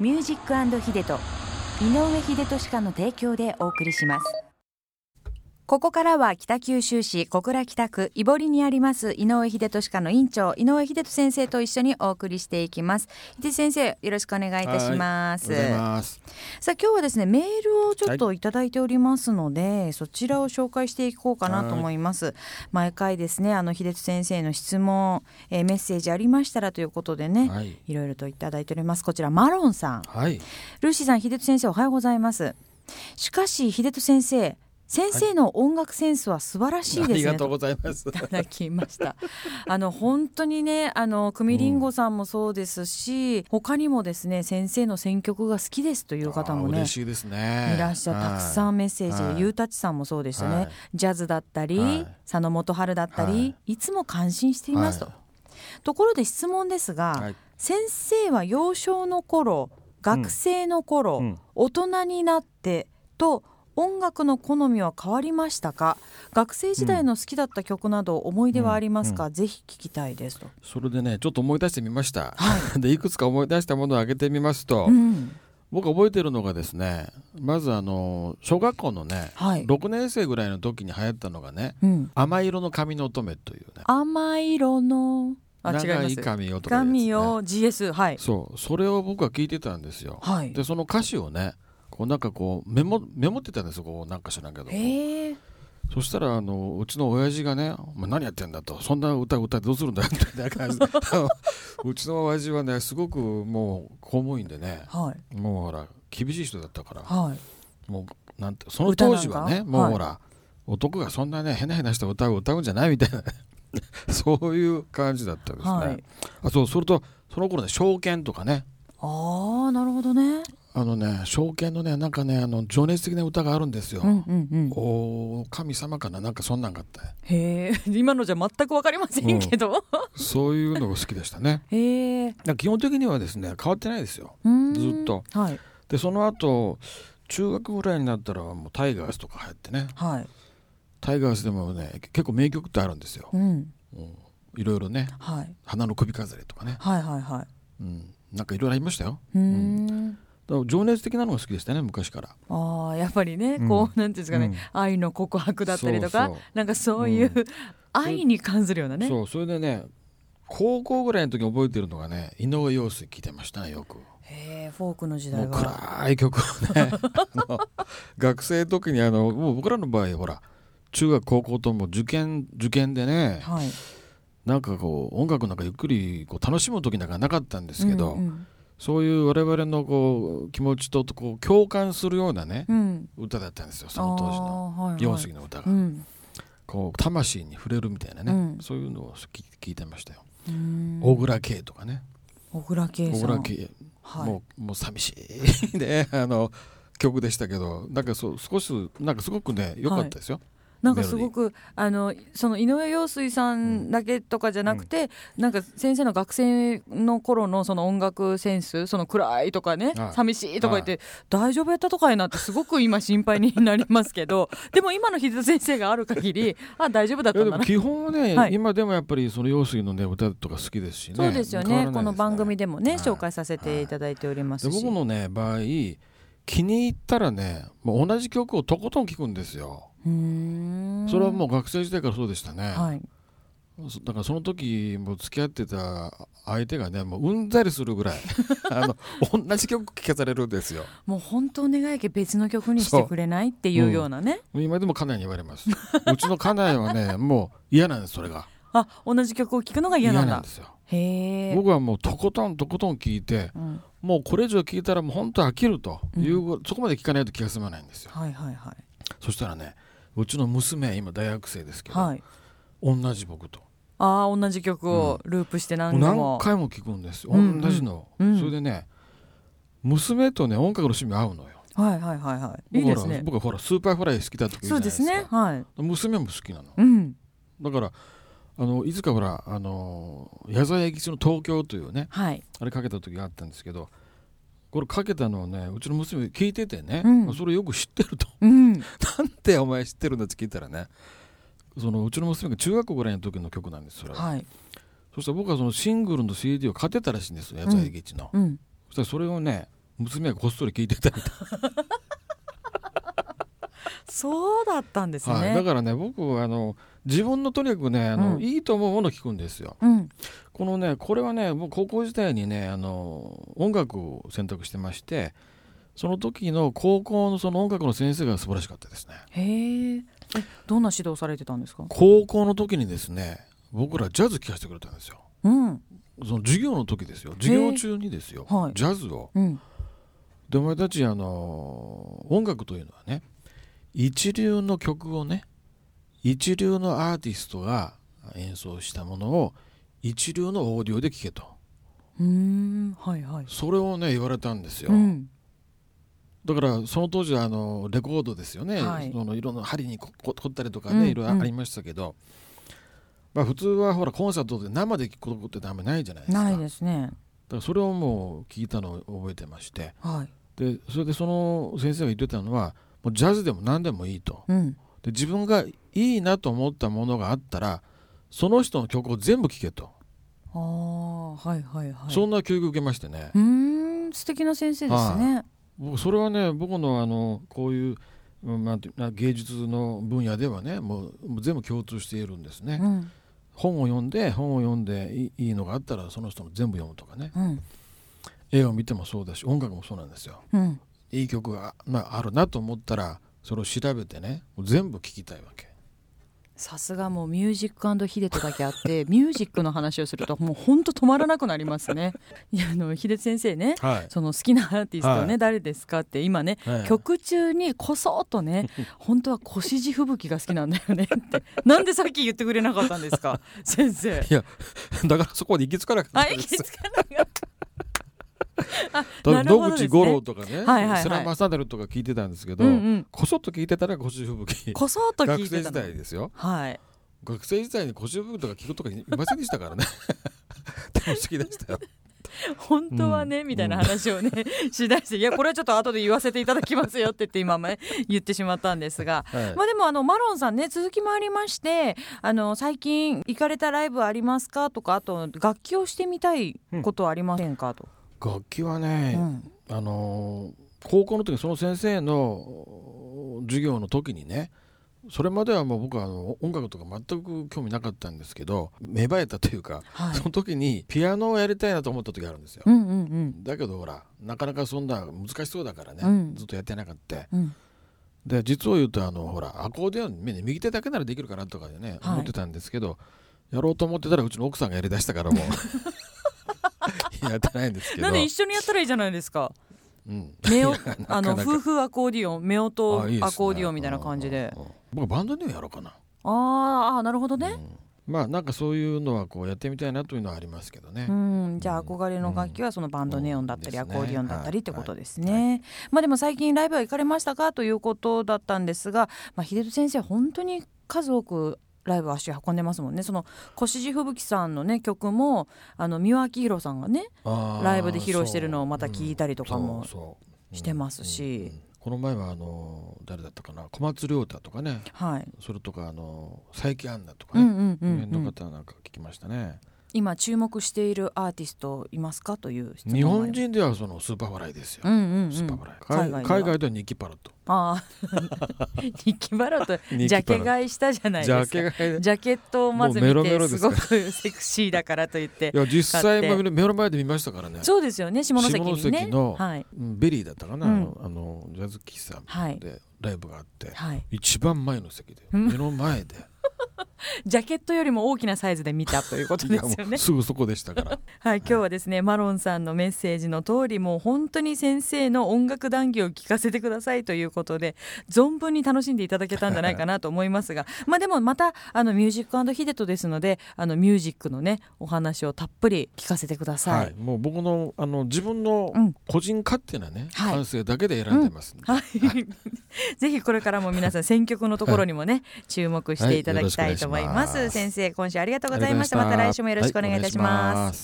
ミュージックヒデと井上秀俊家の提供でお送りしますここからは北九州市小倉北区井堀にあります井上秀俊家の院長井上秀俊先生と一緒にお送りしていきます秀俊先生よろしくお願いいたしますありがとうございます。さあ今日はですねメールをちょっといただいておりますので、そちらを紹介していこうかなと思います、毎回ですねあの秀俊先生の質問、えーメッセージありましたらということでね、はい。いろいろといただいておりますこちらマロンさんはい。ルーシーさん秀人先生おはようございますしかし秀人先生先生の音楽センスは素晴らしいですあね、りがとうございます。いただきました。あの本当にね、あの久美りんごさんもそうですし、他にもですね、先生の選曲が好きですという方もあーね嬉。しいですね。いらっしゃるたくさん。んメッセージ、はいゆうたちさんもそうでしたね、はいジャズだったり、はい佐野元春だったり、、はいつも感心していますと、はところで質問ですが、はい。先生は幼少の頃学生の頃、うんうん大人になってと音楽の好みは変わりましたか学生時代の好きだった曲など思い出はありますか、ぜひ聞きたいですと、それでね、ちょっと思い出してみました。 で、いくつか思い出したものを挙げてみますと、うん僕覚えてるのがですね、まずあの小学校のね、はい六年生ぐらいの時に流行ったのがね、うん、甘い色の髪の乙女というね、甘い色のあ違い長まいす髪をとかいうやつね髪を GS はいそう、それを僕は聞いてたんですよ。はいで、その歌詞をね、こうなんかこうメモメモってたんですよ、こうなんか知らんけど。へえそしたらあのうちの親父がね「お前何やってんだ」と「そんな歌歌ってどうするんだ」みたいな感じ であのうちの親父はねすごくもう公務員でねはいもうほら厳しい人だったからはいもうなんてその当時は歌なねんかもうほら、男がそんなね変な変なした歌を歌うんじゃないみたいな ねそういう感じだったんですね。はいあそうそれとその頃ね証券とかねああなるほどねあのね証券のねなんかねあの情熱的な歌があるんですよ。うんうんうんお神様かななんかそんなんがあってへえ 今のじゃ全くわかりませんけど、そういうのが好きでしたね。 へえだから基本的にはですね変わってないですようーんずっとはいでその後中学ぐらいになったらもうタイガースとか流行ってねはいタイガースでもね結構名曲ってあるんですようんいろいろねはい、 「花の首飾り」とかね、はいはいはいうん、なんかいろいろありましたようーんだから情熱的なのが好きでしたね昔からああやっぱりねうんこう、なんていうんですかね、うん愛の告白だったりとかそうそうなんかそういう、う愛に関するようなねそうそれでね高校ぐらいの時に覚えてるのがね井上陽水聴いてましたねよくへえフォークの時も代うが暗い曲を ねあの学生の時にあのもう僕らの場合ほら中学高校とも受験受験でね、はいなんかこう音楽なんかゆっくりこう楽しむ時なんかなかったんですけど、うんうんそういう我々のこう気持ちとこう共感するようなね、うん歌だったんですよその当時のあーはいはい四杉の歌が、うんこう魂に触れるみたいなね、うんそういうのを聞い聞いてましたよ、うーん小倉圭とかね小倉圭小さん倉圭、はいもうもう寂しい ねあの曲でしたけどなんかそう少しなんかすごくね良かったですよ、なんかすごくあのその井上陽水さんだけとかじゃなくて、なんか先生の学生の頃のその音楽センスその暗いとかね、はい寂しいとか言って、大丈夫やったとかいなってすごく今心配になりますけど でも今の秀田先生がある限りあ大丈夫だっいたやんでだもな。基本はね、はい今でもやっぱりその陽水のね歌とか好きですしねそうですよ変わねらないこの番組でもね、はい紹介させていただいておりますでし、僕のね場合気に入ったらねもう同じ曲をとことん聴くんですよ、うーんそれはもう学生時代からそうでしたね、はいそだからその時もう付き合ってた相手がねもううんざりするぐらい あの同じ曲聴かされるんですよもう本当お願いやけ別の曲にしてくれないっていうようなね、今でも家内に言われます うちの家内はねもう嫌なんですそれがあ同じ曲を聴くのが嫌なんだですよへえ僕はもうとことんとことん聴いてうん、もうこれ以上聴いたらもう本当飽きるという、そこまで聴かないと気が済まないんですよはいはいはいそしたらねうちの娘今大学生ですけど、はい、同じ僕とああ同じ曲をループして何度何も、回も聞くんですようん同じの、うんそれでね娘とね音楽の趣味合うのよはいはいはいはいいいですね僕はほらスーパーフライ好きだとか言うじそゃうないでねですすかはい娘も好きなのうんだからあのいつかほらあの矢沢永吉の「東京」というねはいあれかけた時があったんですけどこれかけたのをねうちの娘聞いててね、うんそれよく知ってるとうんなんてお前知ってるんだって聞いたらねそのうちの娘が中学校ぐらいの時の曲なんですそれははいそしたら僕はそのシングルの CD を買ってたらしいんですよ、矢沢永吉の。うんそしたらそれをね、娘がこっそり聞いてたみたいそうだったんですね、はい、だからね僕あの自分のとにかくねあの、うんいいと思うものを聞くんですようんこのねこれはね僕高校時代にねあの音楽を選択してましてその時の高校のその音楽の先生が素晴らしかったですねへえどんな指導されてたんですか高校の時にですね僕らジャズ聴かせてくれたんですようんその授業の時ですよ授業中にですよ、はいジャズをうんでお前たちあの音楽というのはね一流の曲をね一流のアーティストが演奏したものを一流のオーディオで聴けとうーんはいはいそれをね言われたんですよ、うんだからその当時はあのレコードですよね、はいそのいろんな針にここ凝ったりとかうんうねんいろいろありましたけど、まあ、普通はほらコンサートで生で聴くことってあんまりないじゃないですかないだかですねらそれをもう聞いたのを覚えてましてはいでそれでその先生が言ってたのはもうジャズでも何でもいいとうんで自分がいいなと思ったものがあったらその人の曲を全部聴けと、ああはいはいはいそんな教育を受けましてねうーん素敵な先生ですね、僕それはね僕のあのこういう、うんなんてな芸術の分野ではねもうもう全部共通しているんですね、うん本を読んで本を読んでいいいいのがあったらその人の全部読むとかねうん絵を見てもそうだし音楽もそうなんですようんいい曲が、まあ、あるなと思ったらそれを調べてねもう全部聴きたいわけさすがもうミュージックヒデトだけあって ミュージックの話をするともうほんと止まらなくなりますね。 いやあのヒデ先生ねはいその好きなアーティストね、はい誰ですかって今ね、ええ曲中にこそっとね 本当は腰地吹雪が好きなんだよねって なんでさっき言ってくれなかったんです か先生。いやだからそこまで行き着かなかっあたんいです気 づかなかった。あ多なるほ分ど野ですね口五郎とかね、はいはいはい世良正成とか聞いてたんですけど、うんうんこそっと聞いてたら腰吹雪こそっと聞学い生て時たの代ですよはい学生時代に腰吹雪とか聞くとかいませんでしたか らねでも好きでしたよ本当はね、うんみたいな話をね、しだしていやこれはちょっと後で言わせていただきますよって言って今ね言ってしまったんですが、はいまあでもあのマロンさんね続きもありましてあの最近行かれたライブありますかとかあと楽器をしてみたいことはありませんかと、楽器はうね、んあのー高校の時にその先生の授業の時にねそれまではもう僕はあの音楽とか全く興味なかったんですけど芽生えたというか、はいその時にピアノをやりたいなと思った時があるんですようんうんうんだけどほらなかなかそんな難しそうだからね、うんずっとやってなかったうんで実を言うとあのほらアコーディオンね右手だけならできるかなとかね、はい思ってたんですけどやろうと思ってたらうちの奥さんがやりだしたからも うやってないんですけどなんで一緒にやったらいいじゃないですかうん 目 をいやなかあなのか夫婦アコーディオン目音あいいですねアコーディオンみたいな感じでうんうんうん僕バンドにはやろうかな、あーあーなるほどね、まあなんかそういうのはこうやってみたいなというのはありますけどね、うん、じゃあ憧れの楽器はそのバンドネオンだったりうんアコーディオンだったりってことですね。はいはまあでも最近ライブは行かれましたかということだったんですが、まあ秀人先生本当に数多くライブ足運んでますもんね。その越路吹雪さんのね曲もあの三輪明宏さんがねあーライブで披露してるのをまた聞いたりとかうもんそうそうしてますしうんうんうんこの前はあの誰だったかな小松亮太とかねはい。それとかあの佐伯アンナとかうんね、うんうんこのう辺んの。方なんか聞きましたね、今注目しているアーティストいますかという質問日もあ本ります。人ではそのスーパーフライですよ、うんうんうん。スーパーフライ海外では海外海外ではニッキーパロットああ、ニッキー バロットジニッキャーバロットケ買いしたじゃないですジか。ャケ買いでジャケットをまずも見うメロメてロですすかごらくセクシーだからと言っていや実際買っも目の前で見ましたからねそうですよね下関に下ね関のはいうんベリーだったかな、うんあのあのジャズ喫茶はいでライブがあって、はい一番前の席でうん目の前 でジャケットよりも大きなサイズで見たということいでやすよもうねすぐそこでしたからはい今日はですねマロンさんのメッセージの通りもう本当に先生の音楽談義を聞かせてくださいということで存分に楽しんでいただけたんじゃないかなと思います がまあでもまたあのミュージックヒデトですのであのミュージックのねお話をたっぷり聞かせてくださはいい、もう僕のあの自分のうん個人勝手なね、はい感性だけで選んでますんで、はい、 ぜひこれからも皆さん選曲のところにもね注目していただきたいと思います,、はいよろしくお願いします先生今週ありがとうございましたまた来週もよろしくお願いいたしますす